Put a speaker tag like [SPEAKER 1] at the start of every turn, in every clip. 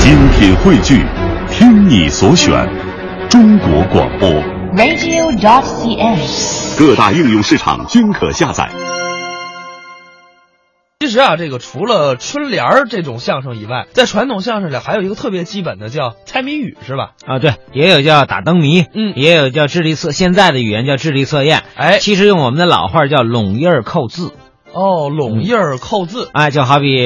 [SPEAKER 1] 精品汇聚，听你所选，中国广播。
[SPEAKER 2] radio.cn。
[SPEAKER 1] 各大应用市场均可下载。
[SPEAKER 3] 其实啊，这个除了春联儿这种相声以外，在传统相声里还有一个特别基本的叫猜谜语，是吧？
[SPEAKER 4] 啊，对，也有叫打灯谜，
[SPEAKER 3] 嗯
[SPEAKER 4] 也有叫智力测，现在的语言叫智力测验，
[SPEAKER 3] 哎
[SPEAKER 4] 其实用我们的老话叫拢印儿扣字，
[SPEAKER 3] 哦，拢印儿扣字，
[SPEAKER 4] 啊，就好比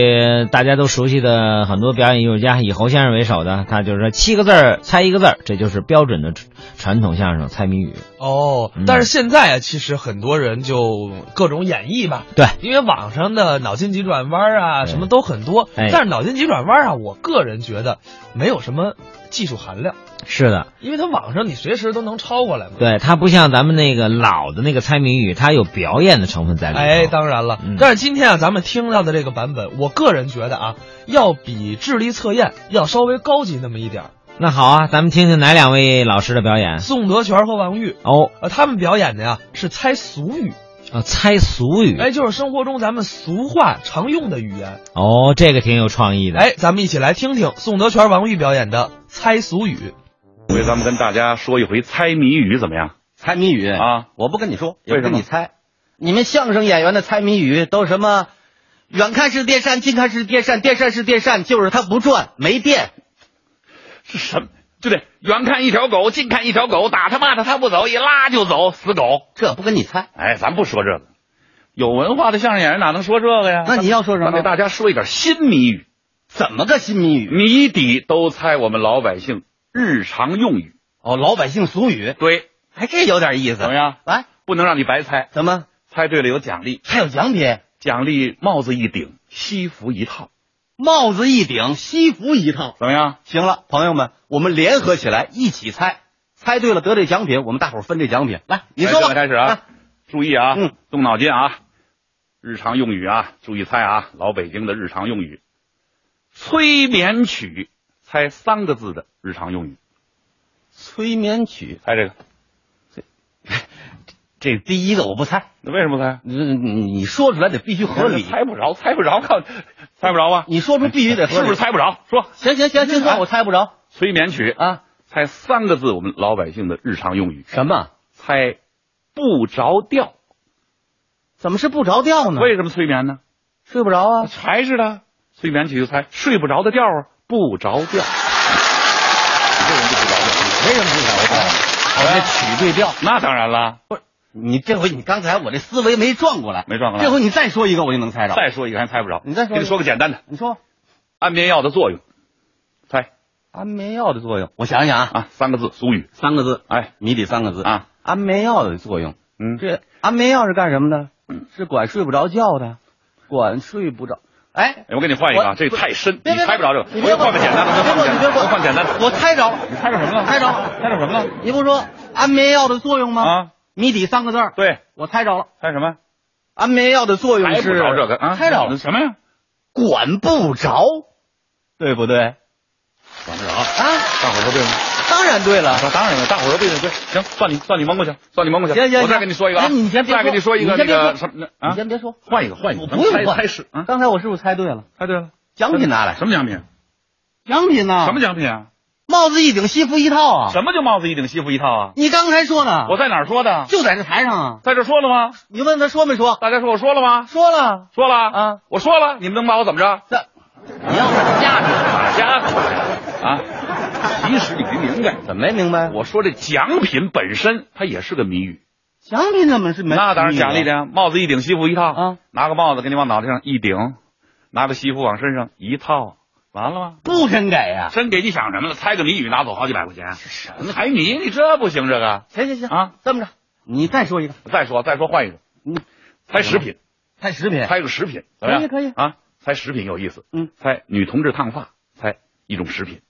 [SPEAKER 4] 大家都熟悉的很多表演艺术家以侯先生为首的，他就是说七个字儿猜一个字儿，这就是标准的传统相声猜谜语。
[SPEAKER 3] 哦
[SPEAKER 4] 嗯。
[SPEAKER 3] 但是现在啊，其实很多人就各种演绎吧，
[SPEAKER 4] 对，
[SPEAKER 3] 因为网上的脑筋急转弯啊，
[SPEAKER 4] 对
[SPEAKER 3] 什么都很多。
[SPEAKER 4] 哎
[SPEAKER 3] 但是脑筋急转弯啊，我个人觉得没有什么技术含量，
[SPEAKER 4] 是的，
[SPEAKER 3] 因为它网上你随时都能抄过来嘛。
[SPEAKER 4] 对，它不像咱们那个老的那个猜谜语，它有表演的成分在里头。
[SPEAKER 3] 哎，当然了
[SPEAKER 4] 嗯，
[SPEAKER 3] 但是今天啊，咱们听到的这个版本，我个人觉得啊，要比智力测验要稍微高级那么一点儿。
[SPEAKER 4] 那好啊，咱们听听哪两位老师的表演
[SPEAKER 3] 宋德全和王玉，
[SPEAKER 4] 哦，
[SPEAKER 3] 呃，他们表演的呀是猜俗语，
[SPEAKER 4] 啊，猜俗
[SPEAKER 5] 嗯
[SPEAKER 4] 语，
[SPEAKER 3] 哎，就是生活中咱们俗话常用的语言。
[SPEAKER 4] 哦，这个挺有创意的。
[SPEAKER 3] 哎，咱们一起来听听宋德全、王玉表演的猜俗语。
[SPEAKER 5] 这回咱们跟大家说一回猜谜语怎么样？
[SPEAKER 6] 猜谜语
[SPEAKER 5] 啊
[SPEAKER 6] 我不跟你说，
[SPEAKER 5] 为
[SPEAKER 6] 也
[SPEAKER 5] 什
[SPEAKER 6] 不
[SPEAKER 5] 么
[SPEAKER 6] 跟你猜。你们相声演员的猜谜语都什么？远看是电扇，近看是电扇，电扇是电扇，就是它不转，没电。
[SPEAKER 5] 是什么？对不对？远看一条狗，近看一条狗，打他骂他他不走，一拉就走，死狗！
[SPEAKER 6] 这不跟你猜，
[SPEAKER 5] 哎，咱不说这个，有文化的相声演员哪能说这个呀？
[SPEAKER 6] 那你要说什么
[SPEAKER 5] 咱给大家说一点新谜语，
[SPEAKER 6] 怎么个新谜语？
[SPEAKER 5] 谜底都猜我们老百姓日常用语。
[SPEAKER 6] 哦，老百姓俗语，
[SPEAKER 5] 对，
[SPEAKER 6] 哎，这有点意思。
[SPEAKER 5] 怎么样
[SPEAKER 6] 来，
[SPEAKER 5] 不能让你白猜，
[SPEAKER 6] 怎么
[SPEAKER 5] 猜对了有奖励，
[SPEAKER 6] 还有奖品？
[SPEAKER 5] 奖励帽子一顶，西服一套，
[SPEAKER 6] 帽子一顶，西服一套。
[SPEAKER 5] 怎么样？
[SPEAKER 6] 行了，朋友们，我们联合起来一起猜，猜对了得这奖品，我们大伙儿分这奖品。来，你说吧，
[SPEAKER 5] 开始啊，注意啊，
[SPEAKER 6] 嗯
[SPEAKER 5] 动脑筋啊，日常用语啊，注意猜啊，老北京的日常用语，催眠曲，猜三个字的日常用语，
[SPEAKER 6] 催眠曲，
[SPEAKER 5] 猜这个，
[SPEAKER 6] 这第一个我不猜。
[SPEAKER 5] 那为什么不猜？
[SPEAKER 6] 你你说出来得必须合理，
[SPEAKER 5] 猜不着，猜不着，靠，猜不着啊？
[SPEAKER 6] 你说出必须得合
[SPEAKER 5] 是
[SPEAKER 6] 理，
[SPEAKER 5] 不是猜不着？说哎
[SPEAKER 6] 行行行，就算我猜不着
[SPEAKER 5] 催眠曲，
[SPEAKER 6] 啊。
[SPEAKER 5] 猜三个字我们老百姓的日常用语，
[SPEAKER 6] 什么？
[SPEAKER 5] 猜不着调，
[SPEAKER 6] 怎么是不着调呢？
[SPEAKER 5] 为什么催眠呢？
[SPEAKER 6] 睡不着啊。
[SPEAKER 5] 还是的，催眠曲就猜睡不着的调啊，不着调，
[SPEAKER 6] 为什么不着调？
[SPEAKER 5] 哎
[SPEAKER 6] 我这曲对调。
[SPEAKER 5] 那当然了。
[SPEAKER 6] 你这回你刚才我这思维没转过来，
[SPEAKER 5] 没转过来
[SPEAKER 6] 这回你再说一个，我就能猜着。
[SPEAKER 5] 嗯再说一个还猜不着，
[SPEAKER 6] 你再说一个
[SPEAKER 5] 给你说个简单的，
[SPEAKER 6] 你说
[SPEAKER 5] 安眠药的作用，猜
[SPEAKER 6] 安眠药的作用，我想想啊，
[SPEAKER 5] 啊，三个字，俗语，
[SPEAKER 6] 三个字，
[SPEAKER 5] 哎，
[SPEAKER 6] 谜底三个字
[SPEAKER 5] 啊。
[SPEAKER 6] 安眠药的作用，
[SPEAKER 5] 嗯，
[SPEAKER 6] 这安眠药是干什么的？是管睡不着觉的，管睡不着。哎，
[SPEAKER 5] 哎我给你换一个啊，
[SPEAKER 6] 我
[SPEAKER 5] 这个太深，
[SPEAKER 6] 别
[SPEAKER 5] 你
[SPEAKER 6] 别
[SPEAKER 5] 猜不着这个，
[SPEAKER 6] 你
[SPEAKER 5] 我
[SPEAKER 6] 别
[SPEAKER 5] 又换个简单的，我
[SPEAKER 6] 别
[SPEAKER 5] 换
[SPEAKER 6] 过
[SPEAKER 5] 个
[SPEAKER 6] 去，
[SPEAKER 5] 简
[SPEAKER 6] 别
[SPEAKER 5] 单
[SPEAKER 6] 过
[SPEAKER 5] 的，
[SPEAKER 6] 去
[SPEAKER 5] 我换简单的，
[SPEAKER 6] 我猜着，
[SPEAKER 5] 你猜着什么了？
[SPEAKER 6] 猜着，
[SPEAKER 5] 猜着什么了？
[SPEAKER 6] 你不说安眠药的作用吗？
[SPEAKER 5] 啊，
[SPEAKER 6] 谜底三个字儿，
[SPEAKER 5] 对，
[SPEAKER 6] 我猜着了。
[SPEAKER 5] 猜什么？
[SPEAKER 6] 安眠药的作用
[SPEAKER 5] 猜
[SPEAKER 6] 是
[SPEAKER 5] 不着这个啊，
[SPEAKER 6] 猜着了，
[SPEAKER 5] 什么呀？
[SPEAKER 6] 管不着，对不对？
[SPEAKER 5] 管不着啊，
[SPEAKER 6] 啊，
[SPEAKER 5] 大伙儿说对吗？
[SPEAKER 6] 当然对了。
[SPEAKER 5] 当然了，大伙儿说对对对，行，算你算你蒙过去，算你蒙过去，
[SPEAKER 6] 行行行
[SPEAKER 5] 我再给你说一个啊，
[SPEAKER 6] 哎你先别说
[SPEAKER 5] 再给你一个
[SPEAKER 6] 你先
[SPEAKER 5] 那
[SPEAKER 6] 别
[SPEAKER 5] 个
[SPEAKER 6] 说
[SPEAKER 5] 什么
[SPEAKER 6] 你
[SPEAKER 5] 啊，
[SPEAKER 6] 先别说，
[SPEAKER 5] 换一个换一个，
[SPEAKER 6] 我不用
[SPEAKER 5] 猜
[SPEAKER 6] 换
[SPEAKER 5] 猜是啊，
[SPEAKER 6] 刚才我是不是猜对了？
[SPEAKER 5] 猜对了，
[SPEAKER 6] 奖品拿来，
[SPEAKER 5] 哎什么奖品？啊
[SPEAKER 6] 奖品呢？
[SPEAKER 5] 什么？奖品啊？
[SPEAKER 6] 帽子一顶，西服一套啊！
[SPEAKER 5] 什么叫帽子一顶西服一套啊？
[SPEAKER 6] 你刚才说呢？
[SPEAKER 5] 我在哪儿说的？
[SPEAKER 6] 就在这台上啊！
[SPEAKER 5] 在这说了吗？
[SPEAKER 6] 你问他说没说？
[SPEAKER 5] 大家说我说了吗？
[SPEAKER 6] 说了。
[SPEAKER 5] 说了
[SPEAKER 6] 啊，
[SPEAKER 5] 我说了，你们能把我怎么着？
[SPEAKER 6] 这你要是架着，
[SPEAKER 5] 打家伙啊！其实你没明白，
[SPEAKER 6] 怎么没明白？
[SPEAKER 5] 我说这奖品本身它也是个谜语。
[SPEAKER 6] 奖品怎么是没？嗯
[SPEAKER 5] 那当然奖励的。呀，帽子一顶，西服一套
[SPEAKER 6] 啊，
[SPEAKER 5] 拿个帽子给你往脑袋上一顶，拿个西服往身上一套，完了吗？
[SPEAKER 6] 不肯给啊呀、
[SPEAKER 5] 真给你想什么了？猜个谜语拿走好几百块钱？什么猜谜？你这不行，这个
[SPEAKER 6] 行行行
[SPEAKER 5] 啊！
[SPEAKER 6] 这么着，你再说一个，
[SPEAKER 5] 再说再说换一个，
[SPEAKER 6] 嗯，
[SPEAKER 5] 猜食品，
[SPEAKER 6] 猜食品，
[SPEAKER 5] 猜个食品怎么样？
[SPEAKER 6] 可以可以
[SPEAKER 5] 啊！猜食品有意思，
[SPEAKER 6] 嗯，
[SPEAKER 5] 猜女同志烫发，猜一种食品。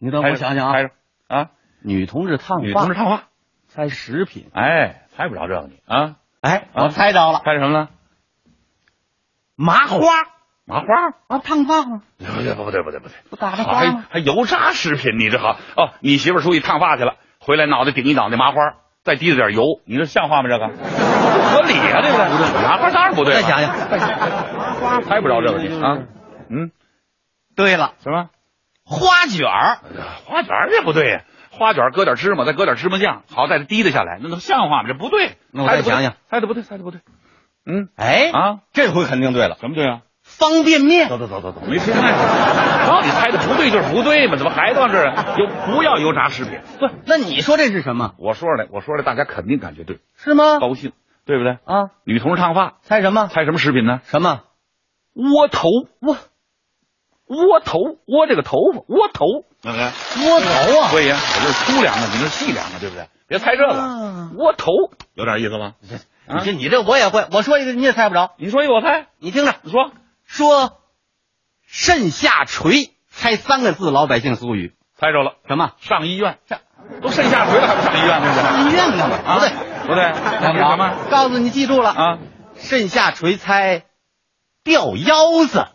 [SPEAKER 6] 你等我想想
[SPEAKER 5] 猜
[SPEAKER 6] 啊，
[SPEAKER 5] 着啊，
[SPEAKER 6] 女同志烫
[SPEAKER 5] 女同志
[SPEAKER 6] 发，
[SPEAKER 5] 烫发，
[SPEAKER 6] 猜食品，
[SPEAKER 5] 哎，猜不着这个你啊，
[SPEAKER 6] 哎，
[SPEAKER 5] 啊
[SPEAKER 6] 我猜着了，
[SPEAKER 5] 猜什么了？
[SPEAKER 6] 麻花
[SPEAKER 5] 麻花？
[SPEAKER 6] 啊，烫发吗？
[SPEAKER 5] 不对不对不对不对，
[SPEAKER 6] 不打着
[SPEAKER 5] 好
[SPEAKER 6] 花
[SPEAKER 5] 还
[SPEAKER 6] 吗？
[SPEAKER 5] 还油炸食品，你这好哦，你媳妇儿出去烫发去了，回来脑袋顶一脑袋麻花，再滴了点油，你这像话吗？这个不合理啊，对不对？麻花当然不对了，
[SPEAKER 6] 再想想，
[SPEAKER 5] 猜不着这个你啊，嗯，
[SPEAKER 6] 对了，
[SPEAKER 5] 什么？
[SPEAKER 6] 花卷儿，
[SPEAKER 5] 哎花卷儿也不对呀，花卷儿搁点芝麻，再搁点芝麻酱，好再滴答下来，那都像话吗？这不对。
[SPEAKER 6] 那我再想想，
[SPEAKER 5] 猜的不对，猜的不对。嗯
[SPEAKER 6] 哎，
[SPEAKER 5] 啊，
[SPEAKER 6] 这回肯定对了，
[SPEAKER 5] 什么对啊？
[SPEAKER 6] 方便面。
[SPEAKER 5] 走走走走，没吃 饭。到底猜的不对就是不对嘛，怎么还到这儿啊？油不要油炸食品。
[SPEAKER 6] 不，那你说这是什么？
[SPEAKER 5] 我说了，我说了，大家肯定感觉对，
[SPEAKER 6] 是吗？
[SPEAKER 5] 高兴，对不对？
[SPEAKER 6] 啊，
[SPEAKER 5] 女同事烫发，
[SPEAKER 6] 猜什么？
[SPEAKER 5] 猜什么食品呢？
[SPEAKER 6] 什么？
[SPEAKER 5] 窝头，窝，窝头，窝这个头发，窝头，对不对？
[SPEAKER 6] 窝头啊！
[SPEAKER 5] 所以啊我这是粗粮啊，你这是细粮啊，对不对？别猜这
[SPEAKER 6] 啊
[SPEAKER 5] 个，窝头有点意思吧？啊
[SPEAKER 6] 你这你这我也会，我说一个你也猜不着，
[SPEAKER 5] 你说一个我猜，
[SPEAKER 6] 你听着，
[SPEAKER 5] 你说
[SPEAKER 6] 说肾下垂，猜三个字老百姓俗语，
[SPEAKER 5] 猜着了，
[SPEAKER 6] 什么？
[SPEAKER 5] 上医院，都肾下垂了还不上医院，对不对？
[SPEAKER 6] 医院干嘛？不对，
[SPEAKER 5] 不 对，那是什么
[SPEAKER 6] 告诉你记住了，
[SPEAKER 5] 啊？
[SPEAKER 6] 肾下垂猜掉腰子，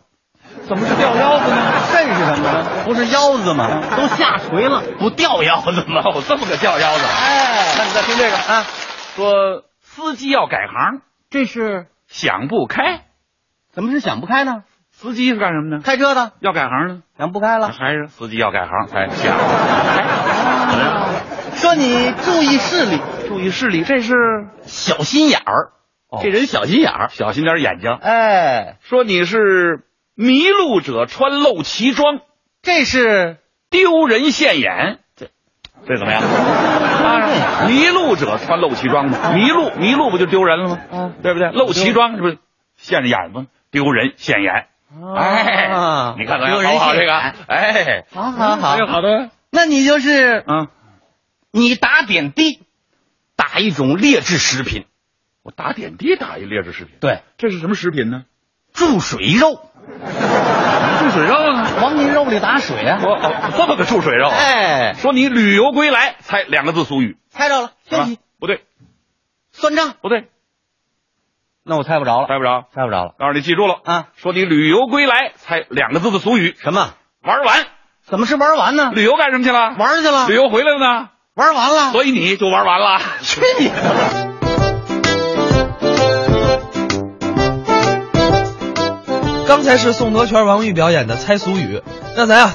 [SPEAKER 5] 怎么是掉腰子呢？
[SPEAKER 6] 肾是什么呢？不是腰子吗？都下垂了，不掉腰子吗？
[SPEAKER 5] 哦，这么个掉 腰子。那
[SPEAKER 6] 哎，
[SPEAKER 5] 你再听这个
[SPEAKER 6] 啊，
[SPEAKER 5] 说司机要改行，
[SPEAKER 6] 这是
[SPEAKER 5] 想不开。
[SPEAKER 6] 怎么是想不开呢？
[SPEAKER 5] 司机是干什么呢？
[SPEAKER 6] 开车的
[SPEAKER 5] 要改行呢？
[SPEAKER 6] 想不开了，
[SPEAKER 5] 还是司机要改行才想不开？
[SPEAKER 6] 说你注意视力，
[SPEAKER 5] 注意视力，这是哦
[SPEAKER 6] 小心眼儿，这人小心眼儿。
[SPEAKER 5] 小心点眼睛。
[SPEAKER 6] 哎，
[SPEAKER 5] 说你是迷路者穿漏奇装，
[SPEAKER 6] 这是
[SPEAKER 5] 丢人现眼。这这 怎么样？
[SPEAKER 6] 哎
[SPEAKER 5] 啊，迷路者穿漏奇装嘛，迷路迷路不就丢人了吗？
[SPEAKER 6] 嗯
[SPEAKER 5] 对不对？漏奇装是不是现着眼吗？丢人现眼。哎，你看看
[SPEAKER 6] 啊丢人
[SPEAKER 5] 好不好？
[SPEAKER 6] 现
[SPEAKER 5] 这个，
[SPEAKER 6] 眼
[SPEAKER 5] 哎，
[SPEAKER 6] 好好好，
[SPEAKER 5] 好的，
[SPEAKER 6] 那你就是
[SPEAKER 5] 嗯，
[SPEAKER 6] 啊你打点滴，打一种劣质食品，
[SPEAKER 5] 我打点滴打一劣质食品，
[SPEAKER 6] 对，
[SPEAKER 5] 这是什么食品呢？
[SPEAKER 6] 注水肉，
[SPEAKER 5] 注水肉呢？
[SPEAKER 6] 往你肉里打水啊
[SPEAKER 5] 我。哦，这么个注水肉啊，
[SPEAKER 6] 哎，
[SPEAKER 5] 说你旅游归来，猜两个字俗语，
[SPEAKER 6] 猜着了，
[SPEAKER 5] 是吧
[SPEAKER 6] 休息，？
[SPEAKER 5] 不对，
[SPEAKER 6] 算账。
[SPEAKER 5] 不对，
[SPEAKER 6] 那我猜不着了，
[SPEAKER 5] 猜不着。
[SPEAKER 6] 猜不着了
[SPEAKER 5] 告诉你，记住了，
[SPEAKER 6] 啊！
[SPEAKER 5] 说你旅游归来，猜两个字的俗语，
[SPEAKER 6] 什么？
[SPEAKER 5] 玩完。
[SPEAKER 6] 怎么是玩完呢？
[SPEAKER 5] 旅游干什么去了？
[SPEAKER 6] 玩去了
[SPEAKER 5] 旅，游回来了呢，
[SPEAKER 6] 玩完了。
[SPEAKER 5] 所以你就玩完了。去你的！
[SPEAKER 3] 刚才是宋德全、王玉表演的猜俗语，那咱啊